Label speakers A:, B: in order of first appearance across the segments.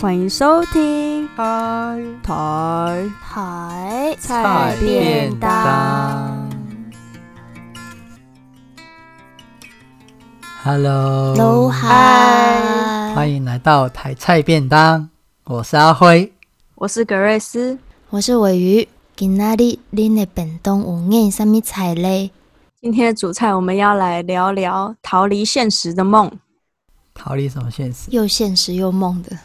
A: 欢迎收听
B: 嗨，
A: 台
C: 台
B: 菜便当。Hello，
C: 喽嗨，
B: 欢迎来到台菜便当，我是阿辉。
A: 我是格瑞斯。
C: 我是尾鱼。今仔日恁的便当有眼什么菜嘞？
A: 今天的主菜我们要来聊聊逃离现实的梦，
B: 逃离什么现实？
C: 又现实又 梦的，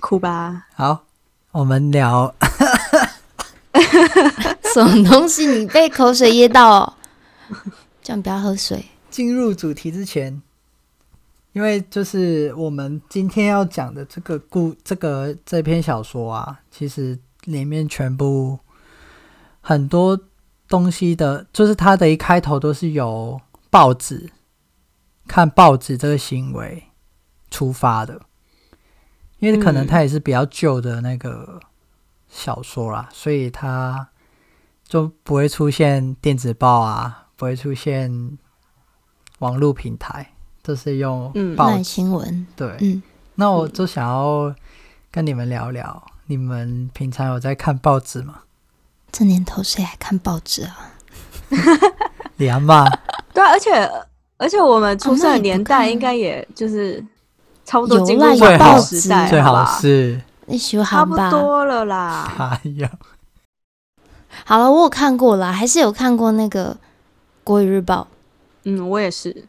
A: 哭吧！
B: 好，我们聊
C: 什么东西？你被口水噎到 哦！叫你不要喝水。
B: 进入主题之前，因为就是我们今天要讲的这个故这个这篇小说啊，其实里面全部很多东西的，就是它的一开头都是由报纸看报纸这个行为出发的，因为可能
A: 嗯
B: 它也是比较旧的那个小说啦，所以它就不会出现电子报啊，不会出现网络平台，这是用
A: 嗯
B: 报
C: 赖
B: 纸、
C: 新闻，
B: 对。
C: 嗯，
B: 那我就想要跟你们聊聊，你们平常有在看报纸吗？
C: 这年头谁还看报纸啊？
B: 李安吧，
A: 对啊，而且而且我们出生
C: 那
A: 的
C: 你不
A: 年
C: 看
A: 代
C: 啊
A: 应该也就是差不多
C: 有
A: 进入
C: 啦
B: 有
A: 网
B: 报
A: 络
B: 纸
A: 时代
C: 哎
B: 最
A: 了
B: 好
A: 吧啊
B: 是
C: 你喜
A: 差
C: 欢
A: 不
C: 吧？
A: 多了 啦。
B: 哎呀，
C: 好了，我有看过啦，还是有看过那个《国语日报
A: 嗯，我也是。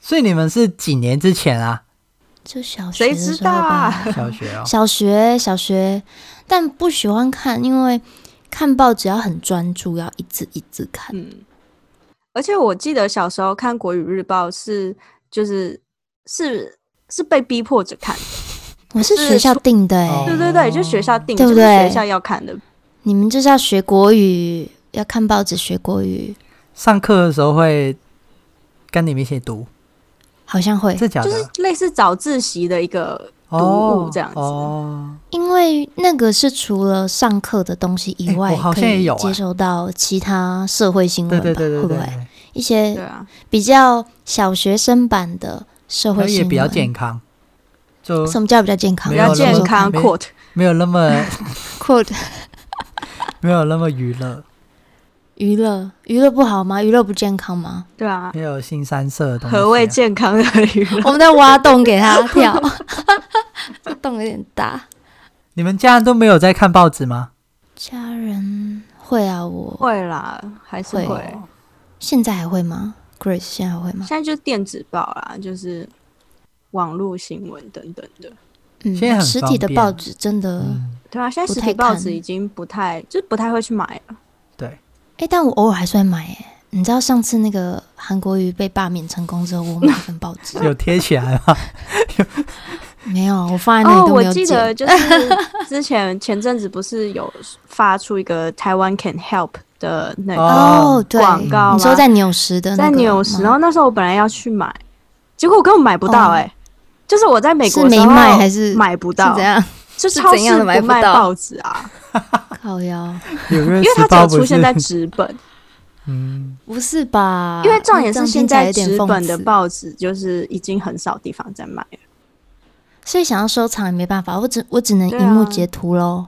B: 所以你们是几年之 前啊？》，
C: 就小学
A: 谁
C: 的时
A: 知
C: 候
A: 道
C: 吧。，
A: 啊？
B: 小学哦
C: 小学小学，但不喜欢看，因为看报纸要很专注，要一字一字看。
A: 嗯，而且我记得小时候看《国语日报》是就是是是被逼迫着看的，
C: 我是
A: 是
C: 学校
A: 说
C: 定的、欸，
B: 哦
A: 对对对，就学校定，
C: 对不
A: 就是学
C: 对
A: 校要看的。
C: 你们就是要学国语，要看报纸学国语，
B: 上课的时候会跟你们一起读，
C: 好像会，
B: 这假的、
A: 就是类似早自习的一个，读
B: 哦
A: 物这样子
B: 哦，
C: 因为那个是除了上课的东西以
B: 欸
C: 外，
B: 我好像
C: 可以
B: 也有欸
C: 接收到其他社会新
B: 对
C: 闻吧？
B: 对对对
C: 会不
B: 对
C: 会，一
A: 对
C: 些
A: 啊，
C: 比较小学生版的社
B: 可
C: 会
B: 能
C: 新
B: 也
C: 闻？
B: 比较健康，就
C: 什么叫比较健康？
B: 没
A: 比
B: 有
A: 较
B: 那么
A: 健康
B: 没
A: quote，
B: 没有那么
C: quote
B: 没有那么娱乐，
C: 娱乐，娱乐不好吗？娱乐不健康吗？
A: 对啊，
B: 没有新三色的东西、啊。
A: 何谓健康的娱 乐？
C: 我们在挖洞给他跳，这洞有点大。
B: 你们家人都没有在看报纸吗？
C: 家人会啊，我
A: 会啦，还是
C: 会
A: 会。
C: 现在还会吗？Grace 现在还会吗
A: 现？在就是电子报啦，就是网络新闻等等的。
C: 嗯，
B: 现在很
C: 实体的
B: 方便
C: 报纸真的，哎、
B: 嗯，
A: 对啊，现在
C: 不
A: 实
C: 太
A: 体报
C: 看
A: 纸已经不太，就是不太会去买了。
B: 对，
C: 但我偶尔还是会买哎、你知道上次那个韩国瑜被罢免成功之后，我买一份报 纸
B: 有贴起来 吗？
C: 没有，我放在啊那
A: 哦，
C: 里都
A: 我
C: 没有
A: 记
C: 剪。
A: 得就是 之前前阵子不是有发出一个台湾 can help 的那个
C: 哦，对，
A: 广告吗？
C: 你说在纽时的那
A: 在
C: 个
A: 纽时，然
C: 吗
A: 后那时候我本来要去买，结果我根本买不到
C: 哦
A: 哎、就是我在美国
C: 是
A: 的时
C: 没
A: 候
C: 卖还是
A: 买不
C: 是
A: 到
C: 怎，样？
A: 就是超
C: 怎样
A: 市
C: 的买
A: 不
C: 不
A: 卖
C: 到
A: 报纸啊，
C: 靠腰，
B: 有因
A: 因为它只有出现在纸本，
B: 嗯，
C: 不是吧？
A: 因为重点是
C: 啊那这样
A: 现
C: 听起来
A: 在
C: 有点
A: 纸
C: 讽
A: 本的
C: 刺
A: 报纸就是已经很少地方在卖了，
C: 所以想要收藏也没办法，我只我只能
A: 对
C: 荧
A: 啊
C: 幕截图喽。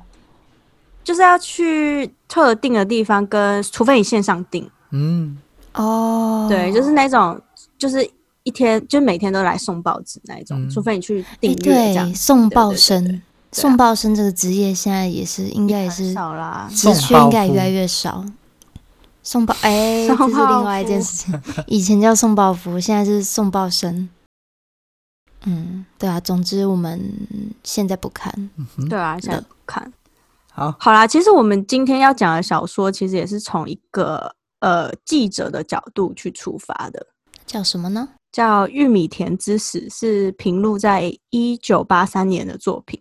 A: 就是要去特定的地方跟，除非你线上订，
B: 嗯，
C: 哦
A: 对，就是那种就是一天就每天都来送报纸那一种，
B: 嗯
A: 除非你去订
C: 诶
A: 阅这样
C: 哎对，，送报
A: 对对对
C: 生，送报生这个职业现在也是应该也
A: 很
C: 是
A: 少啦，
B: 送
C: 职缺
B: 报
C: 应该也
B: 夫
C: 越来越少。送报 哎，
A: 送
C: 这是
A: 报
C: 另外一件事情。以前叫送报服，现在是送报生。嗯，对啊，总之我们现在不看，
B: 嗯哼
A: 对啊，现在不看。
B: 好，
A: 好啦，其实我们今天要讲的小说，其实也是从一个呃记者的角度去出发的，
C: 叫什么呢？
A: 叫《玉米田之死》，是平录在一九八三年的作品。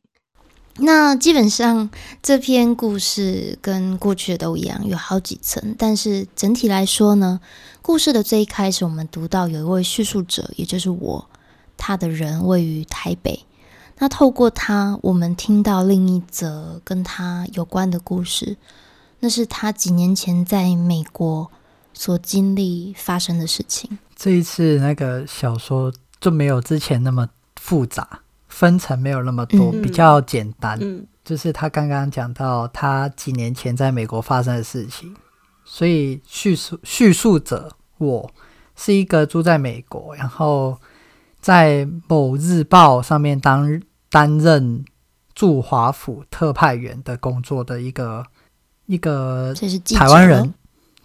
C: 那基本上这篇故事跟过去的都一样，有好几层，但是整体来说呢，故事的最一开始，我们读到有一位叙述者，也就是我，他的人位于台北。那透过他，我们听到另一则跟他有关的故事，那是他几年前在美国所经历发生的事情。
B: 这一次那个小说就没有之前那么复杂，分层没有那么多，
C: 嗯
B: 比较简单。
A: 嗯
B: 就是他刚刚讲到他几年前在美国发生的事情，所以叙述叙述者我是一个住在美国，然后在某日报上面当担任驻华府特派员的工作的一个一个
C: 这是记者
B: 台湾人，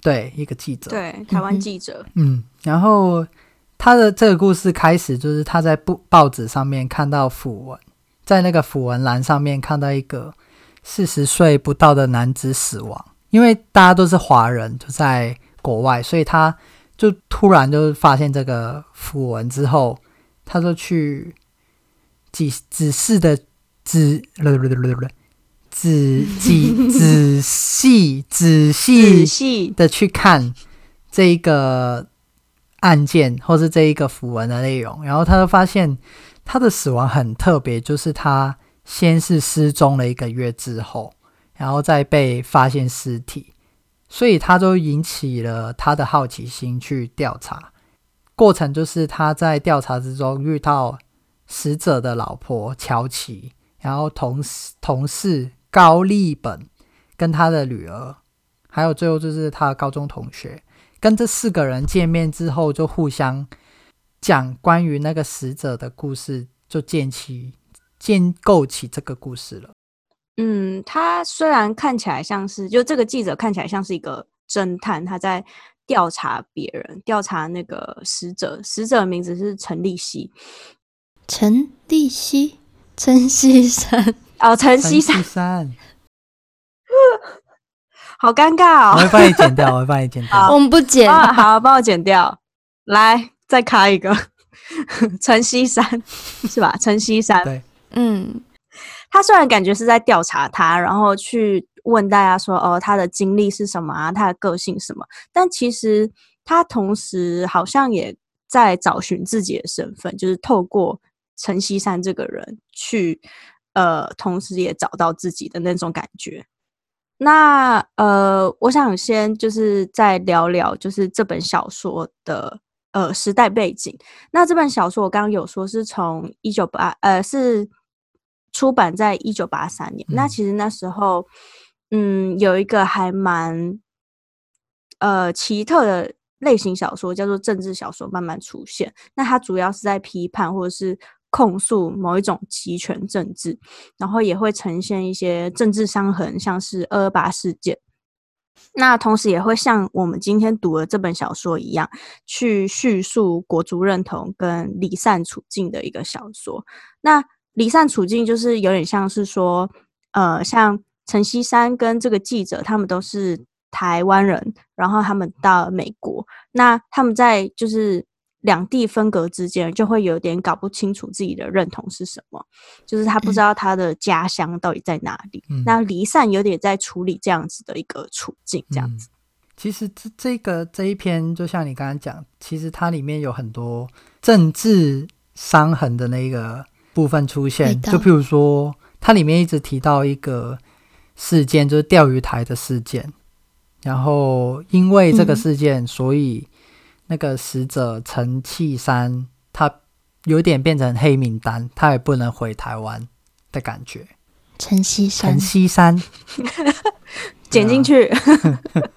B: 对一个记者，
A: 对，台
C: 嗯
A: 湾
C: 哼
A: 记者，
B: 嗯，然后他的这个故事开始就是他在报报纸上面看到符文，在那个符文栏上面看到一个四十岁不到的男子死亡，因为大家都是华人，就在国外，所以他就突然就发现这个符文之后，他就去指指示的指， 仔仔仔细仔细
A: 仔细，
B: 的去看这一个案件或是这一个符文的内容，然后他就发现他的死亡很特别，就是他先是失踪了一个月之后，然后再被发现尸体，所以他就引起了他的好奇心去调查。过程就是他在调查之中遇到死者的老婆乔琪，然后同事同事高丽本跟他的女儿还有最后就是他的高中同学，跟这四个人见面之后，就互相讲关于那个死者的故事，就建起建构起这个故事了。
A: 嗯，他虽然看起来像是，就这个记者看起来像是一个侦探，他在调查别人，调查那个死者，死者的名字是陈立希，
C: 陈立希、陈锡山，
A: 哦，陈
B: 三
A: 希山，
B: 三，
A: 好尴尬
B: 我会
A: 哦。
B: 帮你剪掉，我会帮你剪掉。
C: 我们不剪。
A: 啊，好，帮我剪掉，来，再开一个，陈希山是吧？陈希山，
B: 对
C: 嗯，
A: 他虽然感觉是在调查他，然后去问大家说，哦，他的经历是什么啊，他的个性是什么，但其实他同时好像也在找寻自己的身份，就是透过陈锡山这个人去，呃，同时也找到自己的那种感觉。那呃，我想先就是再聊聊，就是这本小说的呃时代背景。那这本小说我刚刚有说是从一九八呃是出版在一九八三年，那
B: 嗯
A: 其实那时候嗯有一个还蛮呃奇特的类型小说叫做政治小说慢慢出现，那它主要是在批判或者是控诉某一种集权政治，然后也会呈现一些政治伤痕，像是二二八事件。那同时也会像我们今天读的这本小说一样，去叙述国族认同跟离散处境的一个小说。那离散处境就是有点像是说，呃，像陈锡山跟这个记者，他们都是台湾人，然后他们到美国，那他们在就是两地分隔之间，就会有点搞不清楚自己的认同是什么，就是他
C: 嗯
A: 不知道他的家乡到底在哪里。
B: 嗯
A: 那离散有点在处理这样子的一个处境，这样子。
B: 嗯其实这这个这一篇，就像你刚刚讲，其实它里面有很多政治伤痕的那个部分出
C: 味
B: 现，
C: 道
B: 就譬如说，它里面一直提到一个事件，就是钓鱼台的事件。然后因为这个
C: 嗯
B: 事件，所以那个死者陈弃山他有点变成黑名单，他也不能回台湾的感觉。
C: 陈锡山
B: 陈，锡山，
A: 剪进去，
C: 啊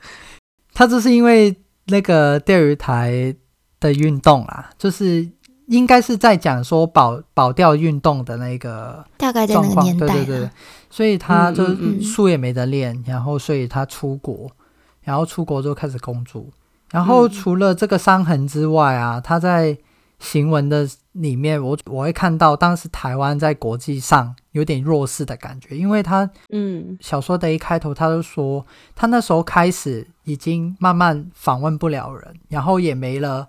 B: 他就是因为那个钓鱼台的运动啦，就是应该是在讲说保保钓运动的那个
C: 大概在
B: 状
C: 那个
B: 况，
C: 年
B: 对
C: 代
B: 对对
C: 了，，
B: 所以他就
A: 嗯
C: 嗯嗯
B: 书也没得练，然后所以他出国，然后出国就开始工作，然后
A: 嗯
B: 除了这个伤痕之外啊，他在行文的里面，我我会看到当时台湾在国际上有点弱势的感觉，因为他
A: 嗯
B: 小说的一开头，他就说他那时候开始已经慢慢访问不了人，然后也没了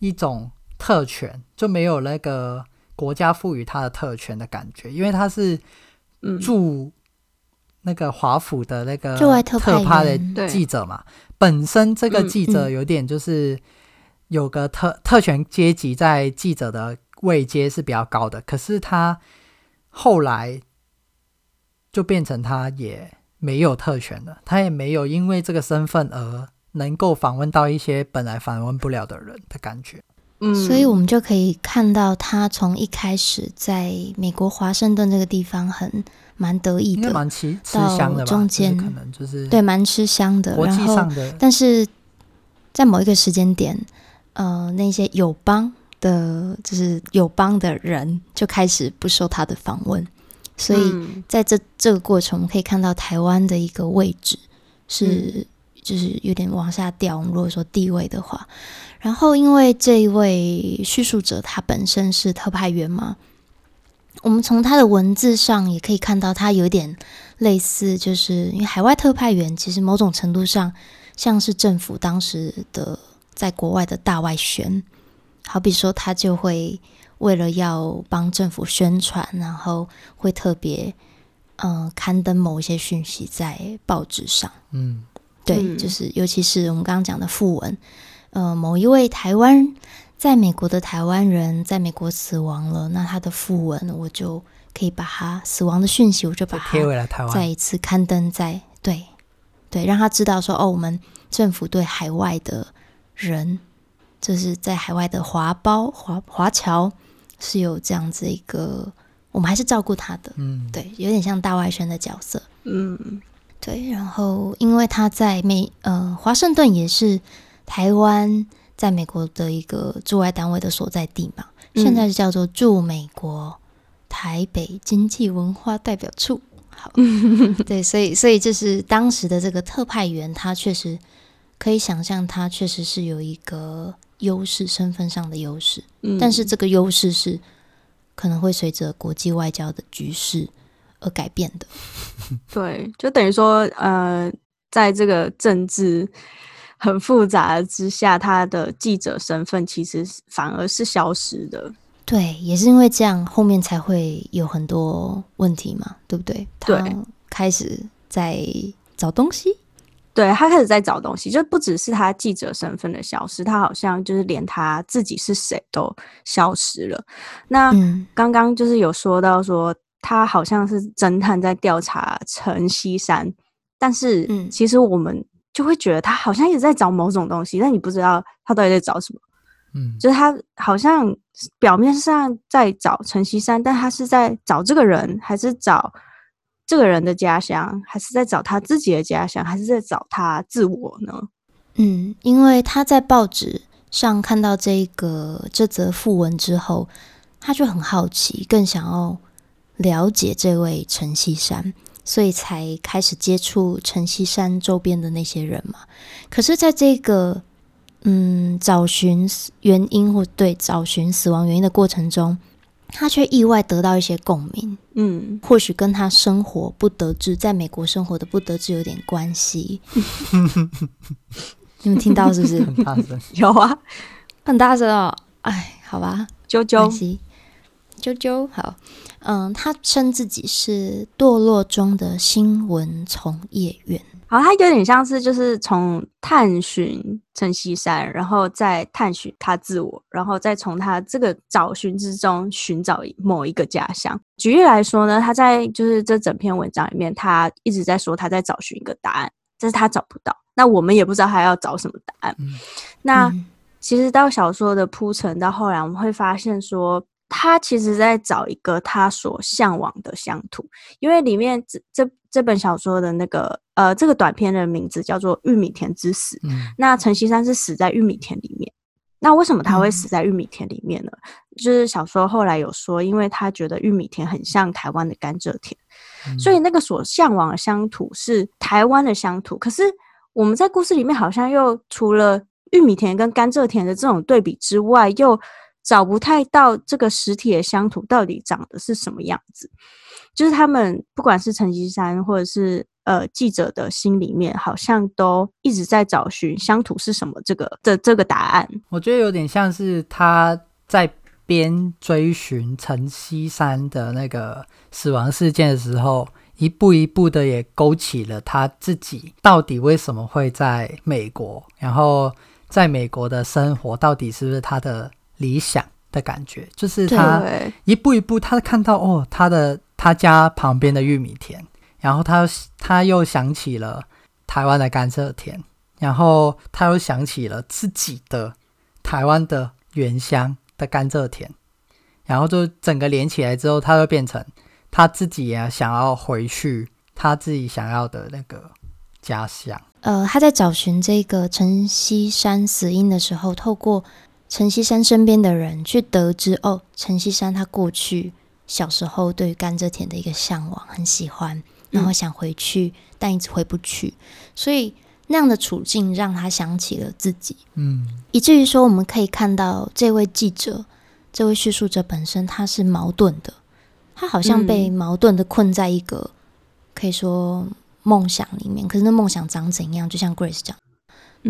B: 一种特权，就没有那个国家赋予他的特权的感觉，因为他是
A: 嗯，
B: 驻那个华府的那个
C: 驻外特派嗯
B: 特派的
C: 员
A: 对
B: 记者嘛，本身这个记者有点就是有个特、特权阶级在记者的位阶是比较高的，可是他后来就变成他也没有特权了，他也没有因为这个身份而能够访问到一些本来访问不了的人的感觉。
A: 嗯，
C: 所以我们就可以看到他从一开始在美国华盛顿这个地方很蛮得意
B: 应该
C: 的，
B: 蛮吃吃
C: 到
B: 香的吧？
C: 中
B: 就是
C: 间
B: 可能就是
C: 对，蛮吃香的。
B: 国
C: 然
B: 际
C: 后
B: 上的
C: 但是在某一个时间点，呃，那些友邦的，就是友邦的人就开始不受他的访问，所以
A: 嗯
C: 在这这个过程，我们可以看到台湾的一个位置是、就是有点往下掉。我们如果说地位的话，然后因为这一位叙述者他本身是特派员嘛，我们从他的文字上也可以看到，他有点类似，就是因为海外特派员其实某种程度上像是政府当时的在国外的大外宣，好比说他就会为了要帮政府宣传，然后会特别嗯、呃刊登某一些讯息在报纸上。
B: 嗯
C: 对，
A: 嗯
C: 就是尤其是我们刚刚讲的讣文，呃，某一位台湾在美国的台湾人在美国死亡了，那他的讣文我就可以把他死亡的讯息，我就把
B: 再
C: 它
B: 贴啊回来台
C: 再
B: 湾，
C: 一次刊登在对对，让他知道说哦，我们政府对海外的人，就是在海外的华胞华华侨是有这样子一个，我们还是照顾他的，
B: 嗯，
C: 对，有点像大外宣的角色。
A: 嗯
C: 对，然后因为他在美呃华盛顿也是台湾在美国的一个驻外单位的所在地嘛，
A: 嗯
C: 现在是叫做驻美国台北经济文化代表处。好，对，所以所以就是当时的这个特派员，他确实可以想象，他确实是有一个优势，身份上的优势。
A: 嗯，
C: 但是这个优势是可能会随着国际外交的局势而改变的。
A: 对，就等于说，呃，在这个政治很复杂之下，他的记者身份其实是反而是消失的。
C: 对，也是因为这样，后面才会有很多问题嘛，对不对？
A: 对，
C: 开始在找东西。
A: 对他开始在找东西，就不只是他记者身份的消失，他好像就是连他自己是谁都消失了。那
C: 嗯，
A: 刚刚就是有说到说，他好像是侦探在调查陈锡山，但是
C: 嗯
A: 其实我们就会觉得他好像一直在找某种东西，但你不知道他到底在找什么。
B: 嗯，
A: 就是他好像是表面上在找陈锡山，但他是在找这个人，还是找这个人的家乡，还是在找他自己的家乡，还是在找他自我呢？
C: 嗯，因为他在报纸上看到这个这则讣文之后，他就很好奇，更想要了解这位陈锡山，所以才开始接触陈锡山周边的那些人嘛。可是，在这个嗯找寻死原因或对找寻死亡原因的过程中，他却意外得到一些共鸣。
A: 嗯，
C: 或许跟他生活不得志，在美国生活的不得志有点关系。你们听到是 不是？
B: 很大声，
A: 有啊，
C: 很大声哦！哎，好吧，
A: 啾
C: 没关
A: 啾，
C: 系。啾啾，好，嗯，他称自己是堕落中的新闻从业员。
A: 好，他有点像是就是从探寻陈锡山，然后再探寻他自我，然后再从他这个找寻之中寻找某一个家乡。举例来说呢，他在就是这整篇文章里面，他一直在说他在找寻一个答案，但是他找不到。那我们也不知道他要找什么答案。
B: 嗯
A: 那、
C: 嗯
A: 其实到小说的铺陈到后来，我们会发现说，他其实在找一个他所向往的乡土，因为里面这这这本小说的那个呃这个短片的名字叫做《玉米田之死》，
B: 嗯
A: 那陈锡山是死在玉米田里面。那为什么他会
C: 嗯
A: 死在玉米田里面呢？就是小说后来有说，因为他觉得玉米田很像台湾的甘蔗田，
B: 嗯
A: 所以那个所向往的乡土是台湾的乡土，可是我们在故事里面好像又除了玉米田跟甘蔗田的这种对比之外，又找不太到这个实体的乡土到底长得是什么样子。就是他们不管是陈锡山或者是呃记者的心里面，好像都一直在找寻乡土是什么这个的这个答案。
B: 我觉得有点像是他在边追寻陈锡山的那个死亡事件的时候，一步一步的也勾起了他自己到底为什么会在美国，然后在美国的生活到底是不是他的理想的感觉，就是他
A: 对，
B: 一步一步，他看到哦，他的他家旁边的玉米田，然后他他又想起了台湾的甘蔗田，然后他又想起了自己的台湾的原乡的甘蔗田，然后就整个连起来之后，它就变成他自己也想要回去他自己想要的那个家乡。
C: 呃，他在找寻这个陈锡山死因的时候，透过陈锡山身边的人去得知，哦，陈锡山他过去小时候对于甘蔗田的一个向往，很喜欢，然后想回去，但一直回不去，所以那样的处境让他想起了自己，
B: 嗯，
C: 以至于说我们可以看到这位记者，这位叙述者本身他是矛盾的，他好像被
A: 嗯
C: 矛盾的困在一个、可以说梦想里面，可是那梦想长怎样，就像 Grace 讲。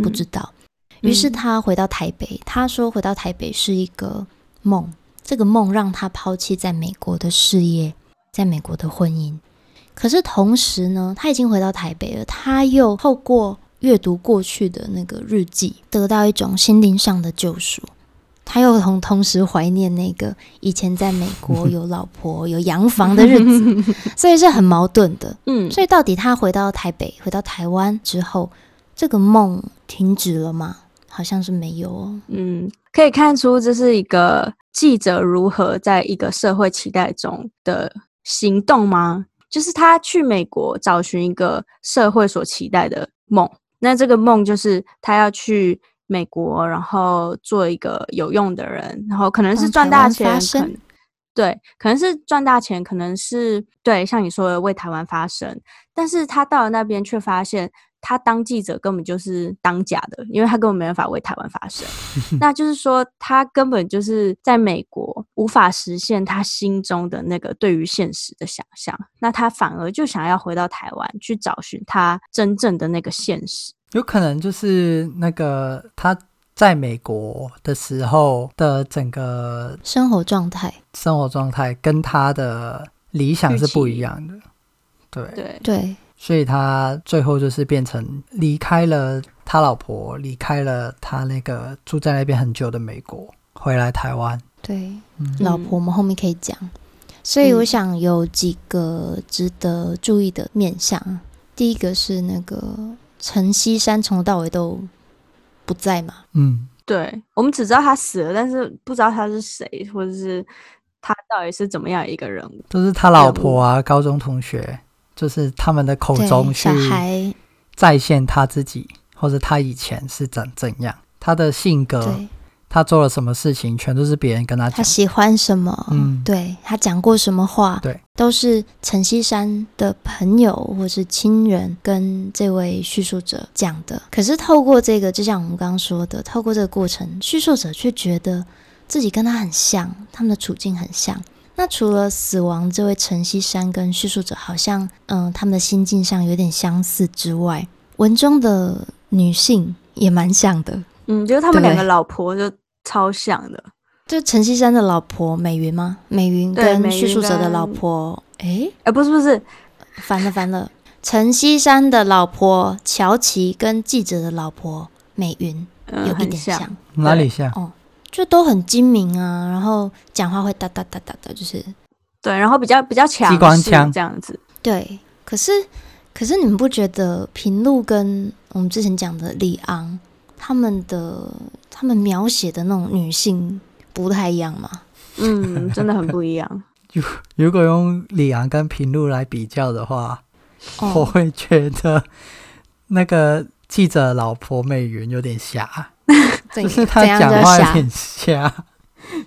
C: 不知道。于是
A: 嗯
C: 他回到台北，他说回到台北是一个梦，这个梦让他抛弃在美国的事业，在美国的婚姻。可是同时呢，他已经回到台北了，他又透过阅读过去的那个日记，得到一种心灵上的救赎。他又同同时怀念那个以前在美国有老婆有洋房的日子，所以是很矛盾的。
A: 嗯，
C: 所以到底他回到台北、回到台湾之后，这个梦停止了吗？好像是没有哦。
A: 嗯，可以看出这是一个记者如何在一个社会期待中的行动吗？就是他去美国找寻一个社会所期待的梦，那这个梦就是他要去美国，然后做一个有用的人，然后可能是
C: 帮
A: 赚
C: 台
A: 大
C: 湾
A: 钱，
C: 发
A: 可
C: 声
A: 能对，可能是赚大钱，可能是对，像你说的为台湾发声，但是他到了那边却发现，他当记者根本就是当假的，因为他根本没办法为台湾发声。那就是说，他根本就是在美国无法实现他心中的那个对于现实的想象，那他反而就想要回到台湾去找寻他真正的那个现实。
B: 有可能就是那个他在美国的时候的整个
C: 生活状态，
B: 生活状态跟他的理想是不
A: 预
B: 一
A: 期
B: 样的，对，
A: 对，
C: 对，
B: 所以他最后就是变成离开了他老婆，离开了他那个住在那边很久的美国，回来台湾。
C: 对，
B: 嗯
C: 老婆，我们后面可以讲。所以我
A: 嗯
C: 想有几个值得注意的面向。第一个是那个陈锡山从头到尾都不在嘛，
B: 嗯，
A: 对我们只知道他死了，但是不知道他是谁，或者是他到底是怎么样一个人物。
B: 就是他老婆啊，高中同学，就是他们的口
C: 对，
B: 中哦去
C: 小孩，
B: 再现他自己，或者他以前是怎怎样，他的性格，
C: 对
B: 他做了什么事情，全都是别人跟他
C: 他
B: 讲。
C: 喜欢什么，
B: 嗯，
C: 对他讲过什么话，
B: 对，
C: 都是陈锡山的朋友或是亲人跟这位叙述者讲的。可是透过这个，就像我们刚刚说的，透过这个过程，叙述者却觉得自己跟他很像，他们的处境很像。那除了死亡这位陈锡山跟叙述者好像，嗯，他们的心境上有点相似之外，文中的女性也蛮像的。
A: 嗯，就是他们两个
C: 对
A: 老婆就超像的。
C: 就陈锡山的老婆美云吗？美云
A: 对
C: 跟
A: 美
C: 叙
A: 云
C: 述者的
A: 跟
C: 老婆，诶，
A: 哎、不是不是，
C: 烦了烦了！陈锡山的老婆乔琪跟记者的老婆美云
A: 嗯、
C: 有一
A: 很
C: 点像，
A: 像。
B: 哪里像？
C: 就都很精明啊，然后讲话会哒哒哒哒的，就是
A: 对，然后比较比较强
B: 光
A: 势
B: 枪
A: 这样子。
C: 对。可是可是你们不觉得平路跟我们之前讲的李昂他们的他们描写的那种女性不太一样吗？
A: 嗯，真的很不一样。
B: 如果用李昂跟平路来比较的话，我
C: 哦，
B: 会觉得那个记者老婆美云有点瞎。
C: 怎
B: 就是他
C: 怎样
B: 讲
C: 叫
B: 话有
C: 瞎？
B: 点瞎，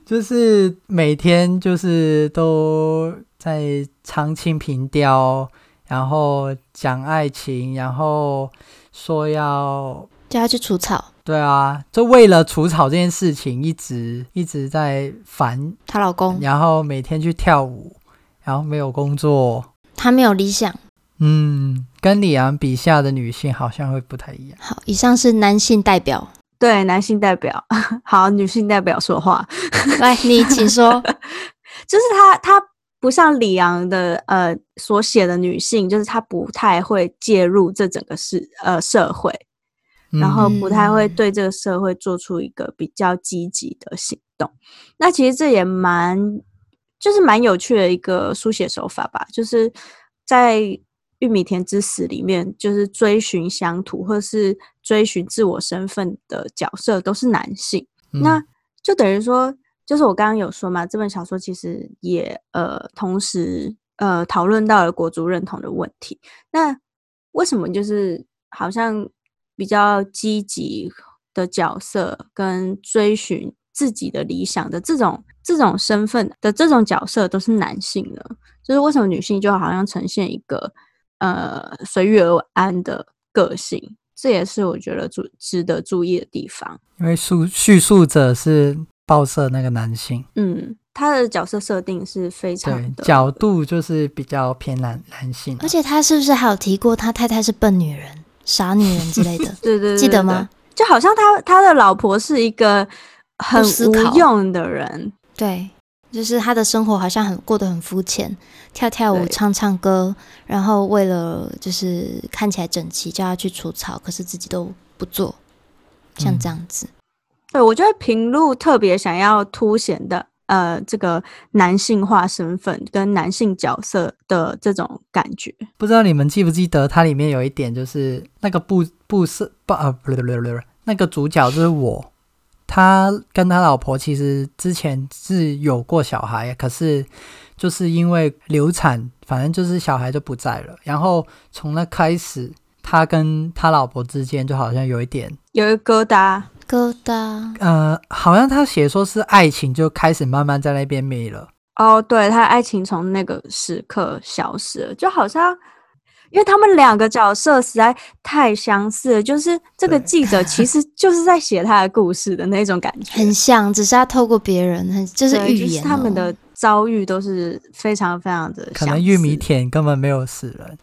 B: 就是每天就是都在唱清平调，然后讲爱情，然后说要
C: 叫他去除草，
B: 对啊，就为了除草这件事情一直一直在烦，
C: 她老公
B: 然后每天去跳舞，然后没有工作，
C: 他没有理想。
B: 嗯，跟李昂笔下的女性好像会不太一样。
C: 好，以上是男性 代表，
A: 对，男性代表 好，女性代表说话，
C: 来你 请说。
A: 就是她，她不像李昂的呃所写的女性，就是她不太会介入这整个事呃社会，然后
B: 嗯
A: 不太会
C: 嗯
A: 对这个社会做出一个比较积极的行动。那其实这也蛮，就是蛮有趣的一个书写手法吧，就是在《玉米田之死》里面，就是追寻
B: 嗯
A: 乡土或是追寻自我身份的角色都是男性。那就等于说，就是我刚刚有说嘛，这本小说其实也呃，同时呃讨论到了国族认同的问题。那为什么就是好像比较积极的角色跟追寻自己的理想的这种这种身份的这种角色都是男性呢？就是为什么女性就好像呈现一个呃随遇而安的个性？这也是我觉得注值得注意的地方。
B: 因为述叙述者是报社那个男性，
A: 嗯，他的角色设定是非
B: 对
A: 常，的？
B: 角度就是比较偏男男性啊、
C: 而且他是不是还有提过他太太是笨女人、傻女人之类的
A: 对对对，
C: 记得
A: 对
C: 吗？？
A: 对就好像他他的老婆是一个很
C: 不思
A: 无
C: 考
A: 用的人，
C: 对，就是他的生活好像很过得很肤浅，跳跳舞、
A: 对
C: 唱唱歌，然后为了就是看起来整齐，叫他去除草，可是自己都不做，像
B: 嗯
C: 这样子。
A: 对我觉得平路特别想要凸显的，呃，这个男性化身份跟男性角色的这种感觉。
B: 不知道你们记不记得，它里面有一点就是那个布布色不呃不不不不不，那个主角就是我，他跟他老婆其实之前是有过小孩，可是就是因为流产，反正就是小孩就不在了。然后从那开始，他跟他老婆之间就好像有一点
A: 有一个疙瘩，
C: 疙瘩，
B: 呃，好像他写说是爱情就开始慢慢在那边没了。
A: 哦，对，他的爱情从那个时刻消失了，就好像，因为他们两个角色实在太相似了，就是这个
B: 对
A: 记者其实就是在写他的故事的那种感觉，
C: 很像，只是他透过别人，很就是
A: 对
C: 预
A: 就是
C: 言、哦
A: 他们的遭遇都是非常非常的
B: 可
A: 相
B: 能玉米
A: 似
B: 田根本没有死人，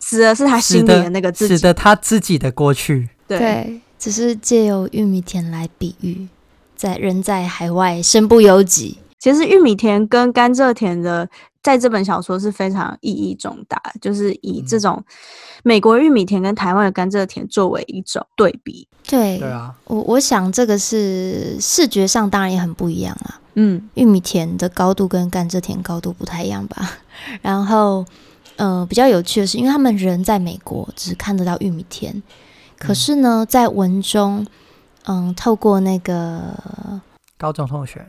A: 死的是他啊
B: 死
A: 心里
B: 的
A: 的那个自
B: 死
A: 己，
B: 的他自己的过去。
A: 对
C: 对，只是借由玉米田来比喻，在人在海外身不由己。
A: 其实玉米田跟甘蔗田的，在这本小说是非常意义重大，就是以这
B: 嗯
A: 种美国玉米田跟台湾的甘蔗田作为一种对比。
C: 对，
B: 对啊，
C: 我我想这个是视觉上当然也很不一样啊。
A: 嗯，
C: 玉米田的高度跟甘蔗田高度不太一样吧？ 然后，呃，比较有趣的是，因为他们人在美国，只看得到玉米田，可是呢，在文中，嗯，透过那个
B: 高中同学。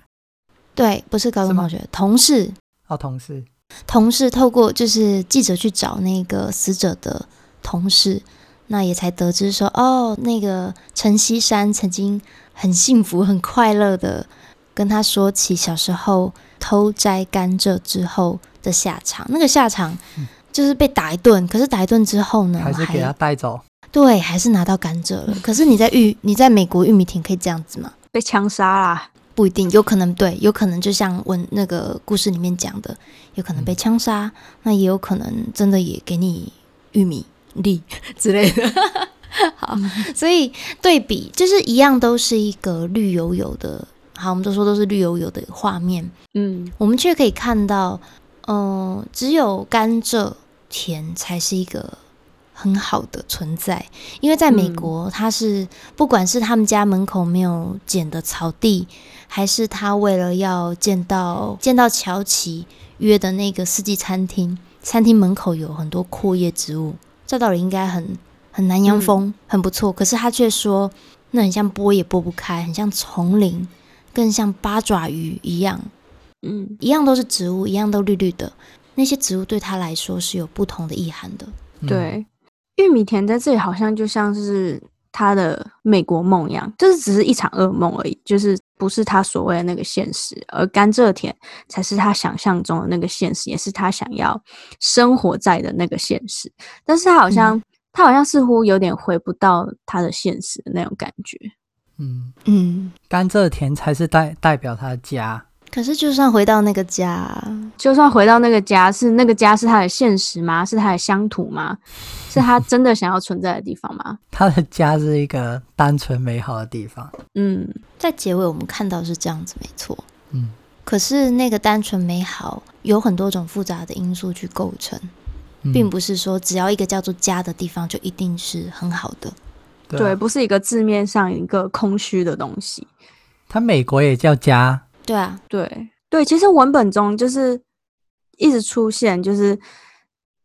C: 对，不是高中
B: 是吗
C: 同学，同事
B: 哦，同事，
C: 同事透过就是记者去找那个死者的同事，那也才得知说，哦，那个陈锡山曾经很幸福、很快乐的跟他说起小时候偷摘甘蔗之后的下场。那个下场
B: 嗯
C: 就是被打一顿，可是打一顿之后
A: 嗯
C: 呢，
B: 还是给他带走，
C: 对，还是拿到甘蔗了。可是你在玉你在美国玉米田可以这样子吗？
A: 被枪杀啦，
C: 不一定，有可能对，有可能就像文那个故事里面讲的，有可能被枪杀，那也有可能真的也给你玉米 粒之类的。 好，所以对比就是一样，都是一个绿油油的。好，我们都说都是绿油油的画面，
A: 嗯，
C: 我们却可以看到，呃，只有甘蔗田才是一个很好的存在，因为在美
A: 嗯
C: 国，它是不管是他们家门口没有剪的草地，还是他为了要见到见到乔奇约的那个四季餐厅，餐厅门口有很多阔叶植物，照道理应该很很南洋
A: 嗯
C: 风，很不错，可是他却说那很像剥也剥不开，很像丛林，更像八爪鱼一样。
A: 嗯，
C: 一样都是植物，一样都绿绿的，那些植物对他来说是有不同的意涵的。
B: 嗯，
A: 对，玉米田在这里好像就像是他的美国梦一样，就是只是一场噩梦而已，就是不是他所谓的那个现实，而甘蔗田才是他想象中的那个现实，也是他想要生活在的那个现实。但是他好像，
C: 嗯
A: 他好像似乎有点回不到他的现实的那种感觉。
B: 嗯，
C: 嗯，
B: 甘蔗田才是代代表他的家，
C: 可是就算回到那个家，
A: 就算回到那个家，是那个家是他的现实吗？是他的乡土吗？是他真的想要存在的地方吗？
B: 他的家是一个单纯美好的地方，
A: 嗯，
C: 在结尾我们看到是这样子，没错。
B: 嗯，
C: 可是那个单纯美好有很多种复杂的因素去构成，
B: 嗯
C: 并不是说只要一个叫做家的地方就一定是很好的。
B: 对
A: 对，
B: 啊，
A: 不是一个字面上一个空虚的东西。
B: 他美国也叫家，
C: 对啊，
A: 对对，其实文本中就是一直出现，就是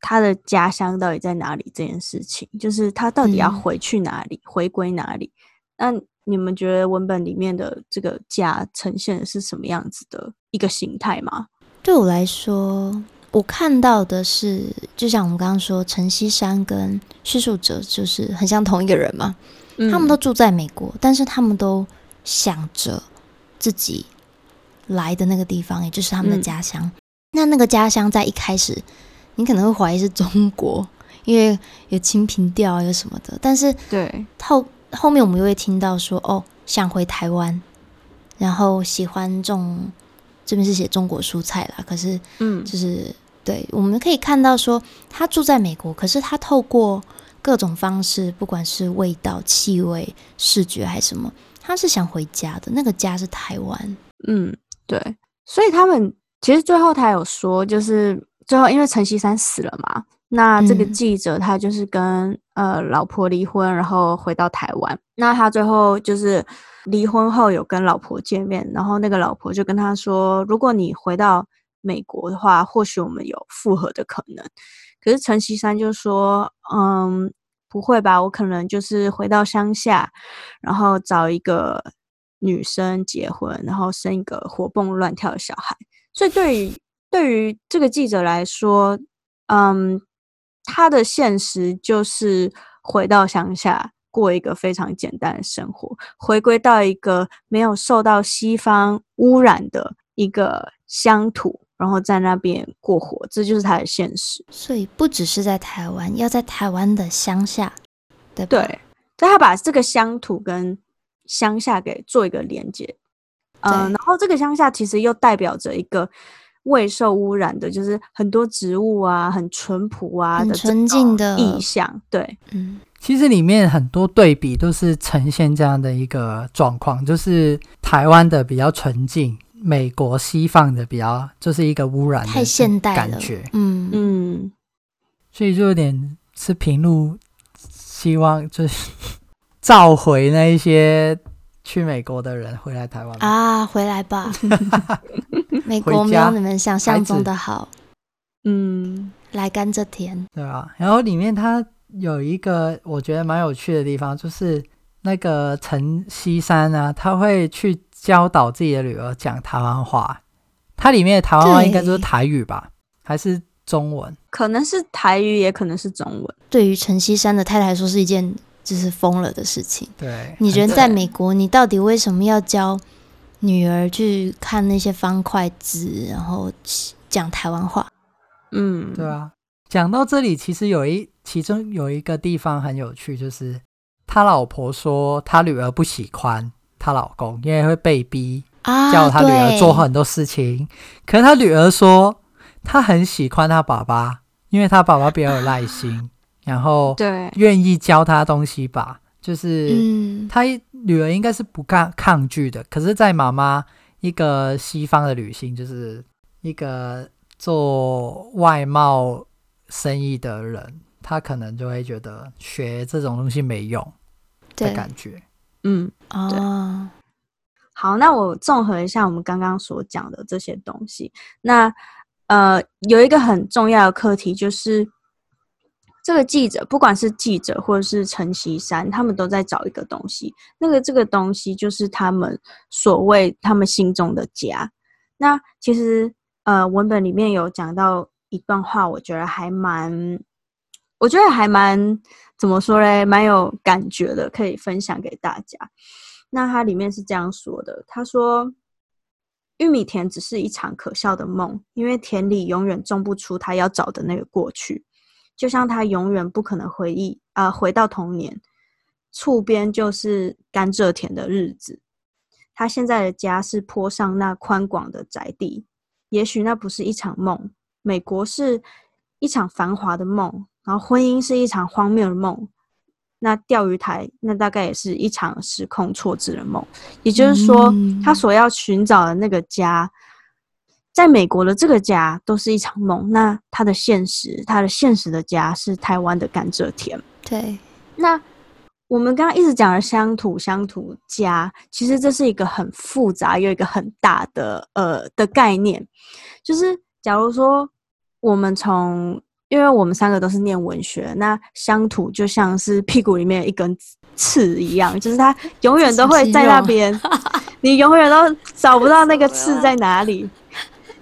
A: 他的家乡到底在哪里这件事情，就是他到底要
C: 嗯
A: 回去哪里，回归哪里。那你们觉得文本里面的这个家呈现的是什么样子的一个形态吗？
C: 对我来说，我看到的是，就像我们刚刚说，陈锡山跟叙述者就是很像同一个人嘛。
A: 嗯
C: 他
B: 嗯
C: 们都住在美国，但是他们都想着自己来的那个地方，也就是他们的
A: 嗯
C: 家乡。那那个家乡在一开始，你可能会怀疑是中国， 因为有清平调啊，有什么的。但是
A: 对，
C: 后后面我们又会听到说，哦，想回台湾，然后喜欢种，这边是写中国蔬菜啦，可是
A: 嗯
C: 就是对，我们可以看到说，他住在美国，可是他透过各种方式，不管是味道、气味、视觉还是什么，他是想回家的。那个家是台湾，
A: 嗯，对，所以他们其实最后他有说，就是最后因为陈锡山死了嘛，那这个
C: 嗯
A: 记者他就是跟、呃老婆离婚，然后回到台湾。那他最后就是离婚后有跟老婆见面，然后那个老婆就跟他说，如果你回到美国的话，或许我们有复合的可能。可是陈锡山就说，嗯，不会吧，我可能就是回到乡下，然后找一个女生结婚，然后生一个活蹦乱跳的小孩。所以对于对于这个记者来说，嗯，他的现实就是回到乡下，过一个非常简单的生活，回归到一个没有受到西方污染的一个乡土，然后在那边过活，这就是他的现实。
C: 所以不只是在台湾，要在台湾的乡下，对吧？
A: 对，但他把这个乡土跟乡下给做一个连接，嗯、
C: 对
A: 然后这个乡下其实又代表着一个未受污染的，就是很多植物啊，很淳朴啊
C: 很
A: 的
C: 纯净的
A: 的意象，对，
C: 嗯，
B: 其实里面很多对比都是呈现这样的一个状况，就是台湾的比较纯净，美国西方的比较就是一个污染的
C: 太现代了
B: 感觉，，
C: 嗯嗯，
A: 嗯，
B: 所以就有点是平路希望就是 召回那一些去美国的人回来台湾嘛
C: 啊，回来吧，美国
B: 回
C: 没
B: 家
C: 有你们想象中的好，
A: 嗯，
C: 来甘蔗田，
B: 对吧？然后里面它有一个我觉得蛮有趣的地方，就是那个陈锡山啊，他会去教导自己的女儿讲台湾话。它里面的台湾话
C: 对
B: 应该就是台语吧，还是中文？
A: 可能是台语，也可能是中文。
C: 对于陈锡山的太太来说是一件就是疯了的事情。
B: 对，
C: 你觉得
B: 很
C: 在美国，你到底为什么要教女儿去看那些方块字，然后讲台湾话？
A: 嗯，
B: 对，啊，讲到这里，其实有一其中有一个地方很有趣，就是他老婆说他女儿不喜欢他老公，因为会被逼
C: 啊，
B: 叫他女儿
C: 对
B: 做很多事情。可是他女儿说她很喜欢他爸爸，因为他爸爸比较有耐 心，然后
A: 对，
B: 愿意教他东西吧。就是
C: 嗯，
B: 他女儿应该是不抗抗拒的，可是，在妈妈一个西方的女性，就是一个做外贸生意的人，她可能就会觉得学这种东西没用的
C: 对
B: 感觉。
A: 嗯，
C: 哦，
A: 好，那我综合一下我们刚刚所讲的这些东西。那呃，有一个很重要的课题就是，这个记者，不管是记者或者是陈锡山，他们都在找一个东西。那个这个东西就是他们所谓他们心中的家。那其实呃，文本里面有讲到一段话，我觉得还蛮，我觉得还蛮怎么说嘞，蛮有感觉的，可以分享给大家。那它里面是这样说的，他说：“玉米田只是一场可笑的梦，因为田里永远种不出他要找的那个过去，就像他永远不可能回忆啊、回到童年。厝边就是甘蔗田的日子，他现在的家是坡上那宽广的宅地。也许那不是一场梦，美国是一场繁华的梦，然后婚姻是一场荒谬的梦，那钓鱼台那大概也是一场时空错置的梦。也就是说，他
C: 嗯
A: 所要寻找的那个家，在美国的这个家都是一场梦。那他的现实，他的现实的家是台湾的甘蔗田。
C: 对，
A: 那我们刚刚一直讲的乡土、乡土家，其实这是一个很复杂又一个很大的呃的概念。就是假如说我们从，因为我们三个都是念文学，那乡土就像是屁股里面的一根刺一样，就是它永远都会在那边，你永远都找不到那个刺在哪里，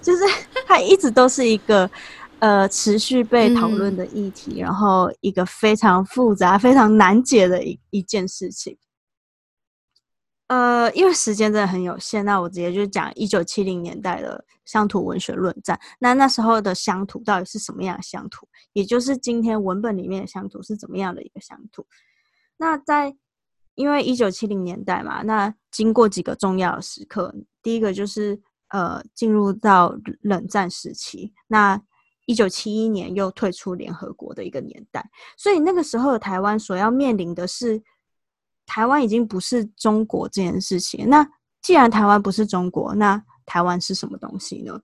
A: 就是 它一直都是一个呃持续被讨论的议题，然后一个非常复杂、非常难解的一一件事情。呃，因为时间真的很有限，那我直接就讲一九七零年代的乡土文学论战。那那时候的乡土到底是什么样的乡土？也就是今天文本里面的乡土是怎么样的一个乡土？那在因为一九七零年代嘛，那经过几个重要的时刻，第一个就是呃进入到冷战时期，那一九七一年又退出联合国的一个年代，所以那个时候的台湾所要面临的是。台湾已经不是中国这件事情。那既然台湾不是中国，那台湾是什么东西呢？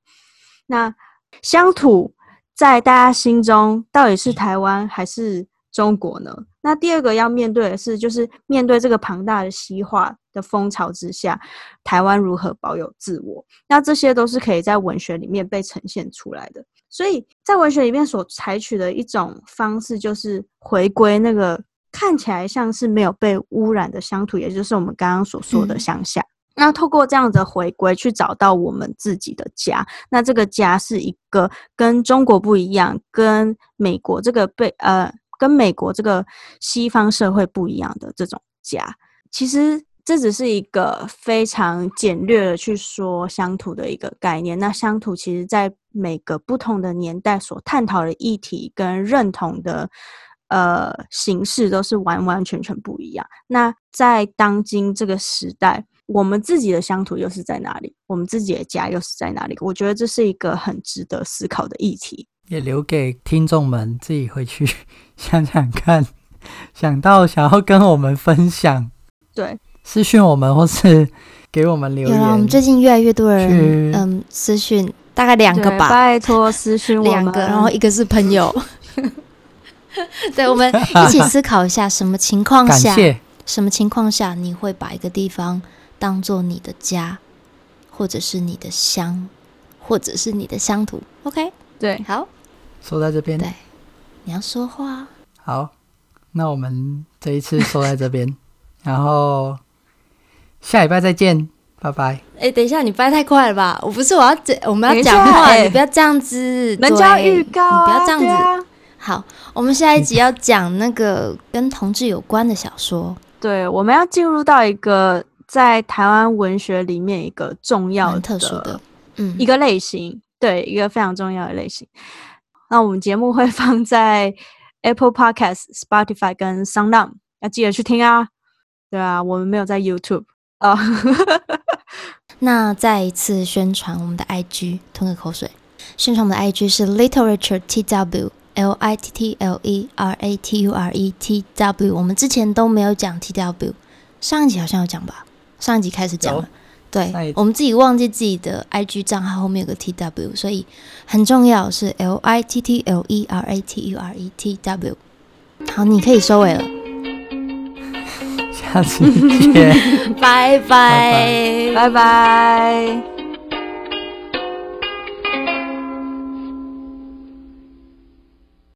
A: 那乡土在大家心中到底是台湾还是中国呢？那第二个要面对的是，就是面对这个庞大的西化的风潮之下，台湾如何保有自我？那这些都是可以在文学里面被呈现出来的。所以在文学里面所采取的一种方式，就是回归那个。看起来像是没有被污染的乡土，也就是我们刚刚所说的乡下。嗯、那透过这样的回归，去找到我们自己的家。那这个家是一个跟中国不一样，跟美国这个被呃，跟美国这个西方社会不一样的这种家。其实这只是一个非常简略的去说乡土的一个概念。那乡土其实在每个不同的年代所探讨的议题跟认同的。呃，形式都是完完全全不一样。那在当今这个时代，我们自己的乡土又是在哪里？我们自己的家又是在哪里？我觉得这是一个很值得思考的议题，
B: 也留给听众们自己回去 想想看。想到想要跟我们分享，
A: 对，
B: 私讯我们或是给我们留言。
C: 有了，啊我们最近越来越多人嗯私讯，大概两个吧，
A: 拜托私讯我
C: 两个，然后一个是朋友。对，我们一起思考一下，什么情况
B: 感
C: 下，
B: 谢
C: 什么情况下你会把一个地方当做你的家，或者是你的乡，或者是你的乡土？OK，
A: 对，
C: 好，
B: 说在这边，
C: 对，你要说话，
B: 好，那我们这一次说在这边，然后下礼拜再见，拜拜。
C: 哎，等一下，你掰太快了吧？我不是我要讲，我们
A: 等
C: 要
A: 一
C: 讲
A: 下
C: 话，
A: 哎
C: 你不要这样子，
A: 人家
C: 对
A: 预告、啊，
C: 你不要这样
A: 对
C: 子。
A: 啊
C: 好，我们下一集要讲那个跟同志有关的小说，
A: 对，我们要进入到一个在台湾文学里面一个重要
C: 蛮特殊的，嗯
A: 一，个类型，对，一个非常重要的类型。那我们节目会放在 Apple Podcast、Spotify 跟 Sound On，要记得去听啊。对啊，我们没有在 YouTube 啊、
C: 那再一次宣传我们的 IG，吞个口水。宣传我们的 IG 是 literature t w l i t t l e r a t u r e t w，我们之前都没有讲 t w，上一集好像有讲吧？上一集开始讲了
B: 有。上一
C: 对
B: 集，
C: 我们自己忘记自己的 IG 账号后面有个 T W，所以很重要是 L I T T L E R A T U R E T W。好，你可以收尾了，
B: 下次见。
C: 拜拜
B: 拜
A: 拜拜。